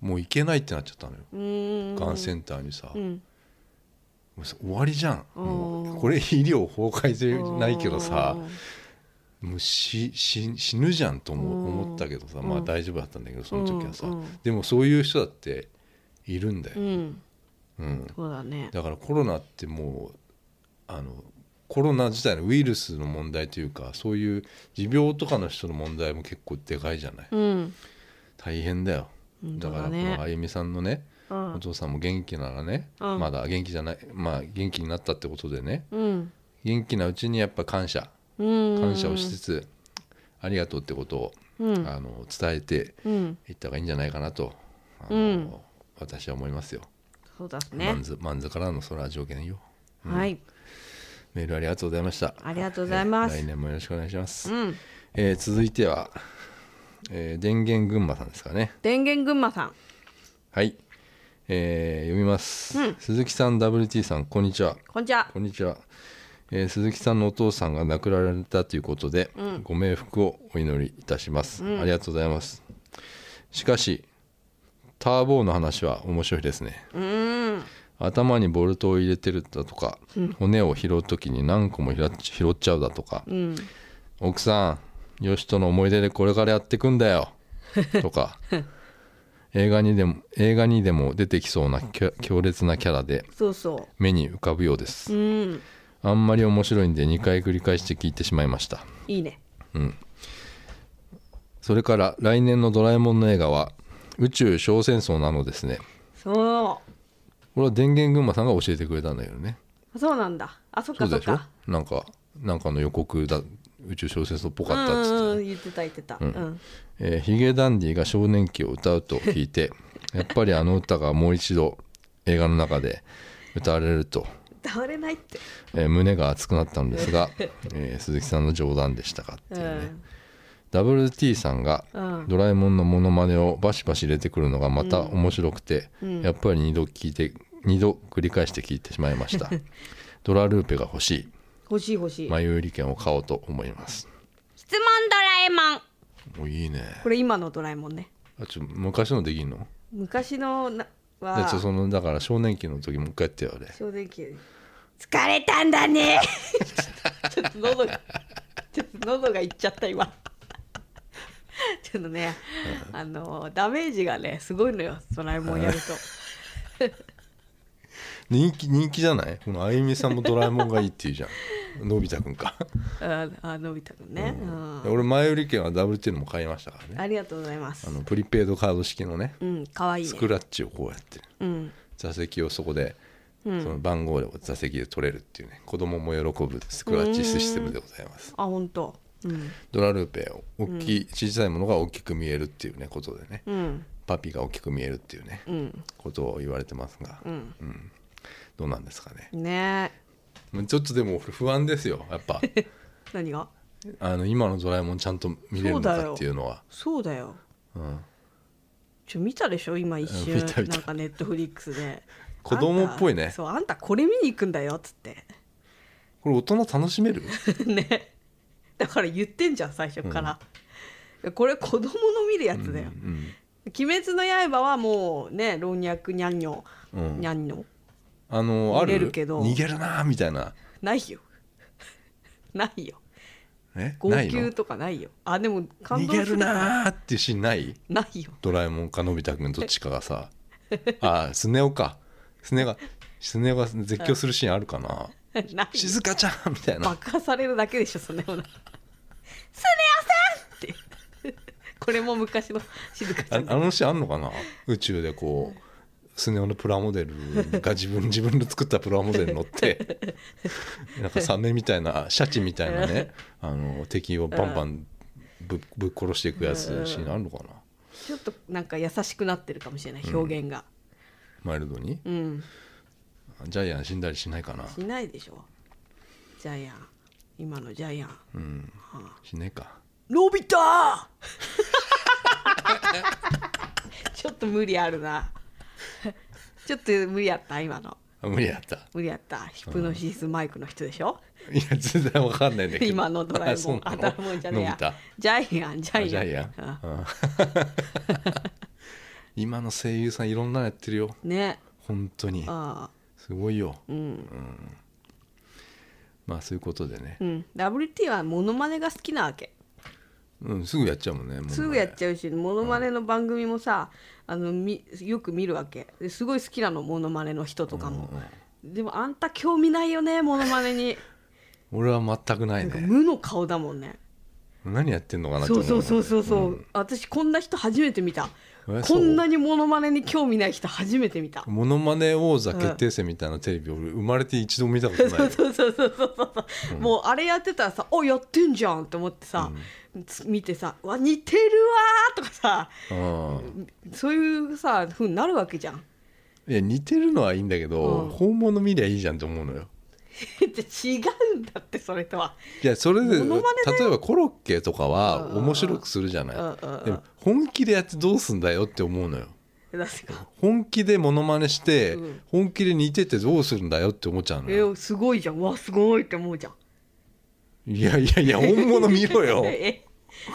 もう行けないってなっちゃったのよ、
うーん
がんセンターにさ、
うん
もうさ終わりじゃん
う
も
ん
うこれ医療崩壊じゃないけどさ
うん
もうしし死ぬじゃんと思
うん
う思ったけどさまあ大丈夫だったんだけどその時はさ
うんうん
でもそういう人だっているんだ
う
よ、
ん
うん、
そうだね
だからコロナってもうあのコロナ自体のウイルスの問題というかそういう持病とかの人の問題も結構でかいじゃない
うん
大変だよ
本当
だから
だ
こ
ね
のあゆみさんのね
うん
お父さんも元気ならね、
うん
まだ元気じゃないまあ元気になったってことでね
うん
元気なうちにやっぱ感謝
うん
感謝をしつつ、ありがとうってことを、
うん
あの伝えて
うん
いった方がいいんじゃないかなとあの、
うん
私は思いますよ、
そうだ
マ
ね
ンズマンズからの空は条件よ
はい
メールありがとうございました
ありがとうございます
えー来年もよろしくお願いします、
うん
えー続いては、えー電源群馬さんですかね
電源群馬さん
はい、えー読みます、
うん
鈴木さん WT さんこんにちは
こんにちは
こんにちは、えー鈴木さんのお父さんが亡くなられたということで、ご冥福をお祈りいたします、ありがとうございますしかしターボーの話は面白いですね
うん
頭にボルトを入れてるだとか、骨を拾う時に何個も拾っ拾っちゃうだとか、
うん
奥さんよしとの思い出でこれからやってくんだ よとか映画にでも映画にでも出てきそうなきゃ強烈なキャラで
そうそ
目に浮かぶようです
ううん
あんまり面白いんで2回繰り返して聞いてしまいました
いいね
それから来年の「ドラえもん」の映画は宇宙小戦争なのですね
そ
これは電源群馬さんが教えてくれたんだけどね
うそうなんだあそっ
そ
か
う
そっ
でしょ
か
なんかなんかの予告だ宇宙小戦争っぽかったっつって
うんう
た
んうん言ってた言ってたうん
えーヒゲダンディが少年期を歌うと聞 いてやっぱりあの歌がもう一度映画の中で歌われると、
歌われないって
えー胸が熱くなったのですが、えー鈴木さんの冗談でしたかって
う
いうね、
ん
WT さんが
うん
ドラえもんのモノマネをバシバシ入れてくるのがまた面白くて、やっぱり二度聞いて二度繰り返して聞いてしまいましたドラルーペが欲し
欲しい欲しい
い前売り券を買おうと思います
質問ドラえもん
もういいね
これ今のドラえもんね
あちょ昔のできんの
昔のな
だって
は
そのだから少年期の時もう一回やってよあれ
正直疲れたんだ ねちょっと喉がちょっと喉がいっちゃった今ちょっとねあのダメージがねすごいのよドラえもんやると
人気人気じゃないこのあゆみさんもドラえもんがいいっていうじゃんのび太くんか、
ああのび太くんね、うん
俺前売り券は WT のも買いましたからね
ありがとうございます
あのプリペイドカード式のね
うん可愛いい
ス
ね
クラッチをこうやって
うん
座席をそこで、その番号を座席で取れるっていうね子供も喜ぶスクラッチシステムでございます
あ本当うん
ドラルーペ大きい、小さいものが大きく見えるっていうねことでね、
うん
パピが大きく見えるっていうね、
うん
ことを言われてますが、
うん
うんどうなんですかね
ねえ
ちょっとでも不安ですよやっ ぱ
何が
あの今の「ドラえもん」ちゃんと見れるのかっていうのは
そうだよ
うん
ちょ見たでしょ今一
うん見た
瞬
見た
なんかネットフリックスで
子供っぽいね
あんたそうあんたこれ見に行くんだよっつって
これ大人楽し める
ねだから言ってんじゃん最初から、これ子供の見るやつだよ「
うん
鬼滅の刃」はもうね老若にゃんにょ、
うん
にゃんにょ
あのあ
見れ
る
るけど
逃げるなーみたいな
ないよ ないよ
え
号
ないの
泣とかないよあでも感
逃
動
げ
する
るなーっていうシーンない
ないよ
ドラえもんかのび太くんどっちかがさあースネ夫かスネ夫がスネ夫が絶叫するシーンあるかな
ないよ
静香ちゃんみたいな
爆破されるだけでしょそんな ような「スネ夫さん!」ってこれも昔の静香ち
あ
ゃ
あ
ん
のシーンあんのかな宇宙でこうスネ夫のプラモデルが自分自分の作ったプラモデルに乗ってなんかサメみたいなシャチみたいなねあの敵をバンバンぶぶっ殺していくやつシーンあるのかな
ちょっとなんか優しくなってるかもしれない表現が
マイルドに
うん
ジャイアン死んだりしないかな
しないでしょジャイアン今のジャイアン
うんしねえか
のび太 ーちょっと無理あるなちょっと無理やった今の
ああ無理やった
無理やったヒプノシスマイクの人でしょ、
いや全然わかんないんだけど
今のドラえ
あそ
も
うんな
当
の
たるもんじゃねえ
のび太
やジャイアンジャイアン
ジャイアン
あ
うん 今の声優さんいろんなのやってるよ
ね
本当に
あ
すごいよ
あうん、
まあそういうことでね
う、ん、WT はモノマネが好きなわけ
うん、すぐやっちゃうもんねもうね
すぐやっちゃうしモノマネの番組もさ、あのみよく見るわけですごい好きなのモノマネの人とかも、でもあんた興味ないよねモノマネ に
俺は全くない
なんか
ね
無の顔だもんね
何やってんのかなって
そ
思
う
う
そうそうそうそう、
ん
私こんな人初めて見た
え
こんな
そう
にモノマネに興味ない人初めて見た
モノマネ王座決定戦みたいなテレビ、俺生まれて一度も見たことな い
そうそうそうそうそうそう、もうあれやってたらさ「おやってんじゃん」って思ってさ、つ見てさ「うわ似てるわ」とかさ
うん
そういうさふうになるわけじゃん。
いや似てるのはいいんだけど、
うん
本物見りゃいいじゃんと思うのよ
って違うんだってそれとは。
いやそれで例
モノマネ
えばコロッケとかは面白くするじゃない、
うんうんうん
でも本気でやってどうすんだよって思うのよ
だってか
本気でモノマネして、
うん
本気で似ててどうするんだよって思っちゃうの
え
よ、
すごいじゃんうわすごいって思うじゃん。
いやいや いや本物見ろよ
え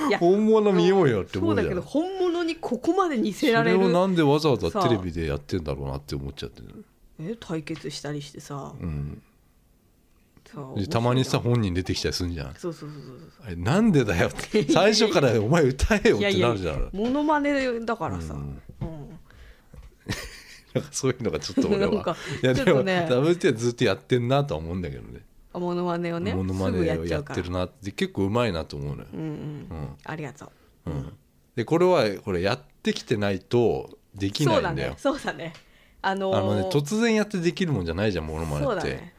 いや
本物見ようよって思
そう
うじ
だけ
ゃ
ど
ん
本物にここまで似せら
そ
れ
れを
る
なんでわざわざテレビでやってんだろうなって思っちゃってる、
え対決したりしてさ
うん、
さ
でたまにさ
面
本人出てきたりするんじゃん
白いそうそうそうそう
あれなんでだよって最初からお前歌えよ
そう
ってなるじゃん
モノマネだからさ、うん
なんかそういうのがちょっと俺
なん
は
か
いや
ちょっ
でも
とね
WT はずっとやってんなとは思うんだけどね
あモノマネをね
モノマ
すぐ
ネ
や
を
っちゃ
やっ
うか
て
ら
るなって結構うまいなと思うのよ、
うんうん
うん
ありがとう
うん、でこれはこれやってきてないとできないんだよ
そうだねそうだねあのー
あのね突然やってできるもんじゃないじゃんモノマネ
そう
っ
だ
て、
ね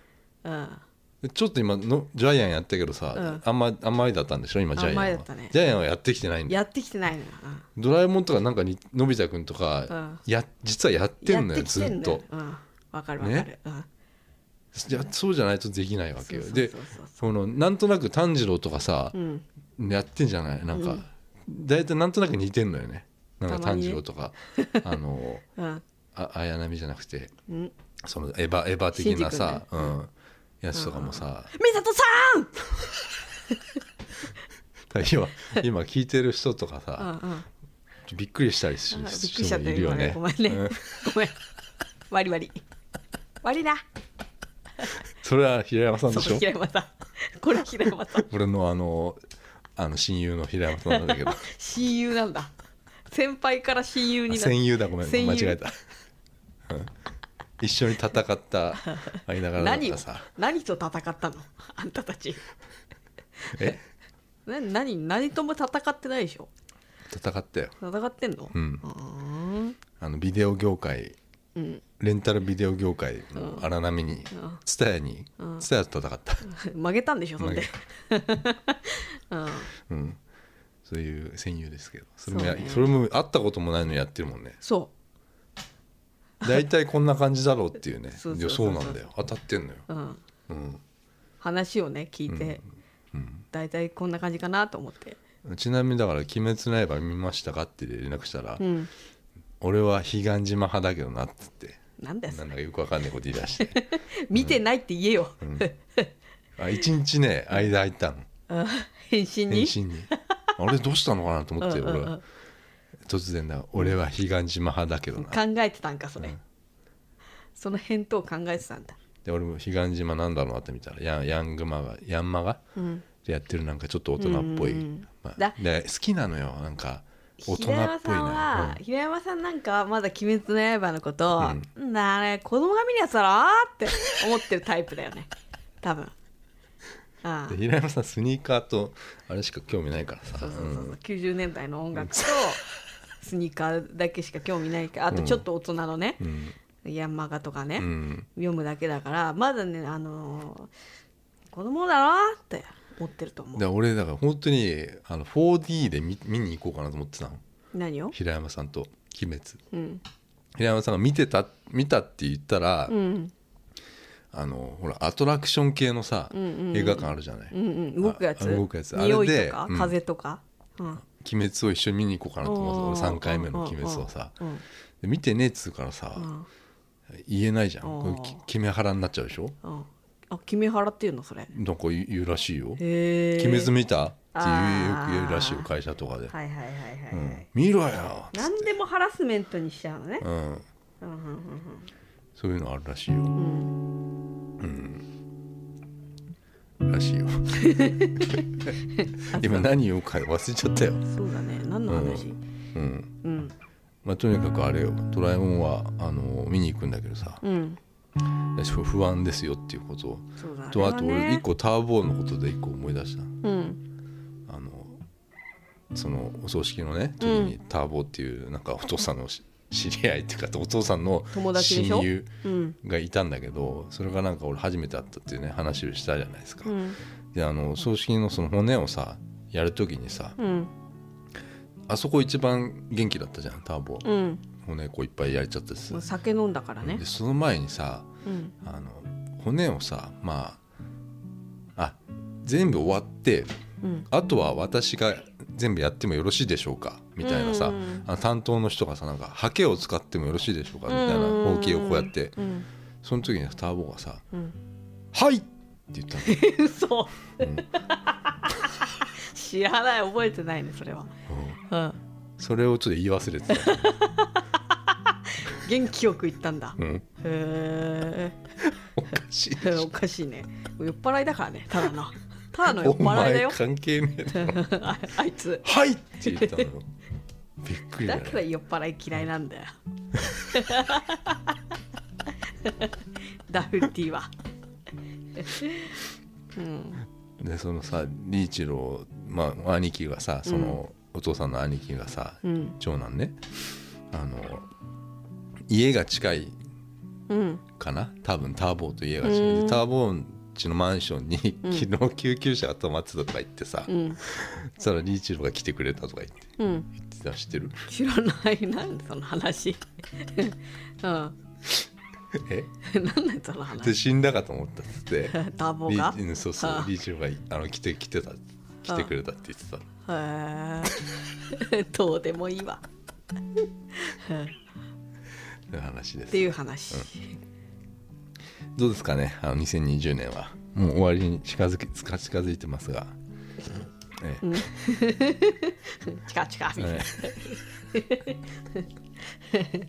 うん
でちょっと今のジャイアンやったけどさ、
うん
あんまあんまりだったんでしょ今ジャイアンは
あんまりだったね
ジャイアンはやってきてないんだよ
やってきてないのよ、
ドラえもんとかなんかにのび太くんとか、や実はやっ
うん、
てんの
や
よ
ってきてん
ずっ
のよ
と
うんわかるわかる、
ね
うん
いやそうじゃないとできないわけよ
そうそう
で
そうそう
そのなんとなく炭治郎とかさ
う、ん
やってんじゃないなんか、大体なんとなく似てんのよねなんか
たま
炭
にね
治郎とかあの
うん
あ綾波じゃなくて
うん
そのエヴァエヴァ的なさ
新、
うん、やつとかもさ、
美里さん
今今聞いてる人とかさ、
うんうん
びっくりしたりす
あ
る
びっくり
人
しちゃっ
も
た
いるよ
今ね
ね。
ごめんね
うん
ごめん割り割り割りな
それは平山さんでし
そう
ょ
平山さんこれ平山さん
俺のあのあの親友の平山さんなん だけど
親友なんだ先輩から親友にな
戦友だごめん
戦友
間違えた。うん一緒に戦った間柄だっ
何を
たさ
何と戦ったのあんたたち
え
な何何とも戦ってないでしょ
戦ったよ、
戦ってんの
うん、
うーん
あのビデオ業界
うん
レンタルビデオ業界の荒波に
ん
蔦屋に
うん
蔦屋と戦った、
曲げたんでしょそんで
曲
うん
うん、そういう戦友ですけどそれもや
そ
そ,、
うね
れも会ったこともないのにやってるも んね
そ
大体こんな感じだろうっていうね
そうそうそうそう
いやそうなんだよ当たってんのよ、
う、うん、
うん
話をね聞いて、大体こんな感じかなと思って、
ちなみにだから「鬼滅の刃見ましたか?」って連絡したら「
うん、
俺は彼岸島派だけどな」っつって
なんだよそれ
なんだかよくわかんないこと言い出して
見てないって言えよ、
あ一日ね間空いたの
うん返信
返
に
信にあれどうしたのかなと思って
うんうんう
俺
ん
は突然だ「俺は彼岸島派だけどな」
考えてたんかそれ、その返答を考えてたんだ
で俺も彼岸島なんだろうなって見たらヤンヤングマがヤンマが、でやってるなんかちょっと大人っぽい、
うんうんうん
まあ
だ、
で好きなのよなんか大人
平山
っぽい
さんは
な、、
平山さんなんかはまだ「鬼滅の刃」のことを
うん、
うん、なあれ子供が見るやつだろって思ってるタイプだよね 多分ああ
うんで平山さんスニーカーとあれしか興味ないからさ
そうそう
う
そうそ
ん
う、90年代の音楽とスニーカーだけしか興味ないからあとちょっと大人のね、
うん
ヤンマガとかね、
うん
読むだけだからまだねあのー子供だろって思ってると思う
で俺だから本当にあの 4D で見見に行こうかなと思ってたの
何を
平山さんと「鬼滅
うん」
平山さんが見てた見たって言ったら、
うん
あのほらアトラクション系のさ、映画館あるじゃない、
うんうん動くや
あ
つ
動くやつあれで
匂いとか、
うん
風とか、うん、
鬼滅を一緒に見に行こうかなと思って
うん
俺3回目の「鬼滅」をさ
うん
で見てねっつうからさ、
うん
言えないじゃん
うん
これき決め腹になっちゃうでしょ
うん、あ決め払っていうのそれ
なんか言う言うらしいよ
へえ
決めず見たっていうよ
あ
く
ー
言うらしいよ会社とかで、
はいはいはいはい、
う
は
ん
い、
見ろよっつっ
何
て
でもハラスメントにしちゃうのね、
うん、
うんうん
そういうのあるらしいよ、
うん
らし いよ今何言おうか忘れちゃったよ、
うん、そうだね何の話、
うん
うん
まあ、とにかくあれよ「ドラえもんは」あの見に行くんだけどさ
うん、
私これ不安ですよっていうことを
そうだね
とあと俺一
個
個ターボーのことで一個思い出した
うん
あのそのお葬式のね時にターボーっていうなんかお父さんのし知り合いっていうかお父さんの
友達でしょ
親友
うん
がいたんだけどそれがなんか俺初めて会ったっていうね話をしたじゃないですか。
うん
であの葬式のその骨をさやる時にさ
うん
あそこ一番元気だったじゃんターボ
うん
骨こういっぱい焼いちゃって
も
さ
う酒飲んだからね
でその前にさ
うん
あの骨をさまああ全部終わって
うん
あとは私が全部やってもよろしいでしょうかみたいなさ、
うん
あの担当の人がさなんかハケを使ってもよろしいでしょうかみたいな
うん
包茎をこうやって
うん
その時にターボがさ
うん
「はい!」って言ったの
嘘
うん
知らない覚えてないねそれは、
うん
うん、
それをちょっと言い忘れてた、
元気よく言ったんだ
うん、
へ
おかしいで
え
し
お
ょ
かしいね酔っ払いだからねただのただの酔っ
お
払いだ
前
よ
関係ねえだ
あ あいつ
はい!」って言ったのよびっくりだ
だ
よ
から酔っ払い嫌いなんだよ ダフティはうん
でそのさリーチロー、まあ、兄貴がさその、お父さんの兄貴がさ
うん
長男ねあの家が近い
うん
かな多分ターボーと家が近いで
うん
ターボーんちのマンションに昨日救急車が止まってたとか言ってさ、
うん
そしたらリーチローが来てくれたとか言って
うん
言ってたの知っ てる
知らないなんでその話うんなん
え
でその
で
話
死んだかと思ったっつって
ダボ
リ
が
ーうんそうそう
あ
リーチローがあの来て来てた来てくれたって言ってた
へえどうでもいいわ
っていう話で
っ
す
ていう話、
どうですかねあの2020年はもう終わりに近づき近近づいてますが、ええ
チカチカみたい
え
な、
え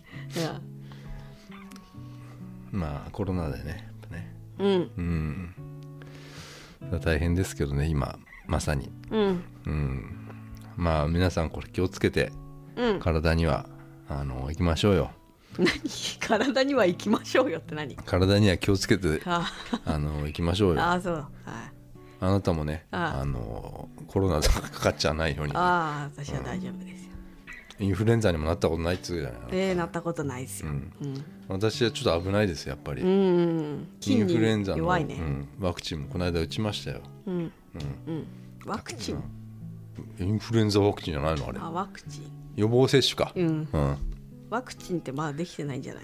まあコロナでねやっぱね
うん
うん大変ですけどね今まさに
うん
うんまあ皆さんこれ気をつけて
うん
体にはあの行きましょうよ
何体には行きましょうよって何
体には気をつけて
あ
あの行きましょうよ
あそうはい
あなたもね
あ
あのコロナとかかかっちゃわないように
ああ私は大丈夫ですよ、
インフルエンザにもなったことないっつうじゃない
えーなったことないですようん、
私はちょっと危ないですやっぱり、
うん、
インフルエンザの
弱いね、
うん、ワクチンもこの間打ちましたよ
ワクチン、
インフルエンザワクチンじゃないのあれ
あワクチン
予防接種か
うん
うん
ワクチンってまだできてないんじゃない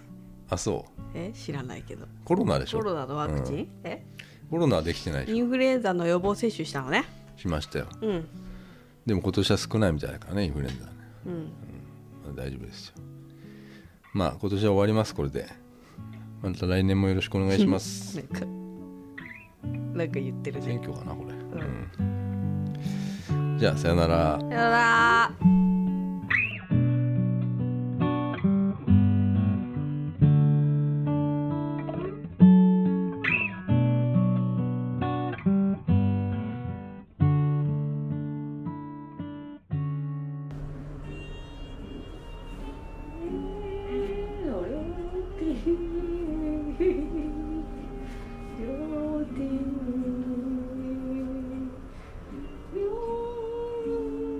あそう
え知らないけど
コロナでしょ
コロナのワクチン、
うん
え
コロナはできてないでし
インフルエンザの予防接種したのね
ょしましたよ
うん
でも今年は少ないみたいだからねインフルエンザはね、
うん
まあ大丈夫ですよまあ今年は終わりますこれでまた来年もよろしくお願いします
なんかなんか言ってる
選
ね
挙かなこれ、うんじゃあさよなら
さよなら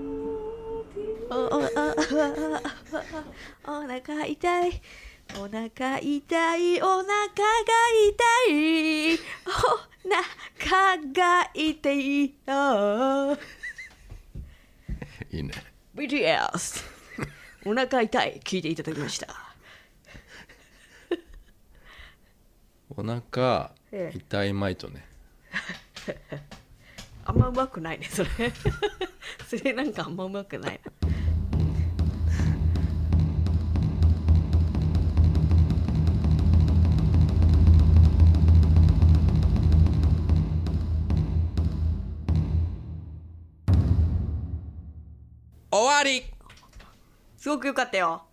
おおおおおおお腹痛いお腹痛いお腹が痛いお腹が痛いあー
いいね
BTS お腹痛い聞いていただきました
お腹
ええ
痛いまいとね
あんまうまくないねそれそれなんかあんまうまくないな
終わり
すごく良かったよ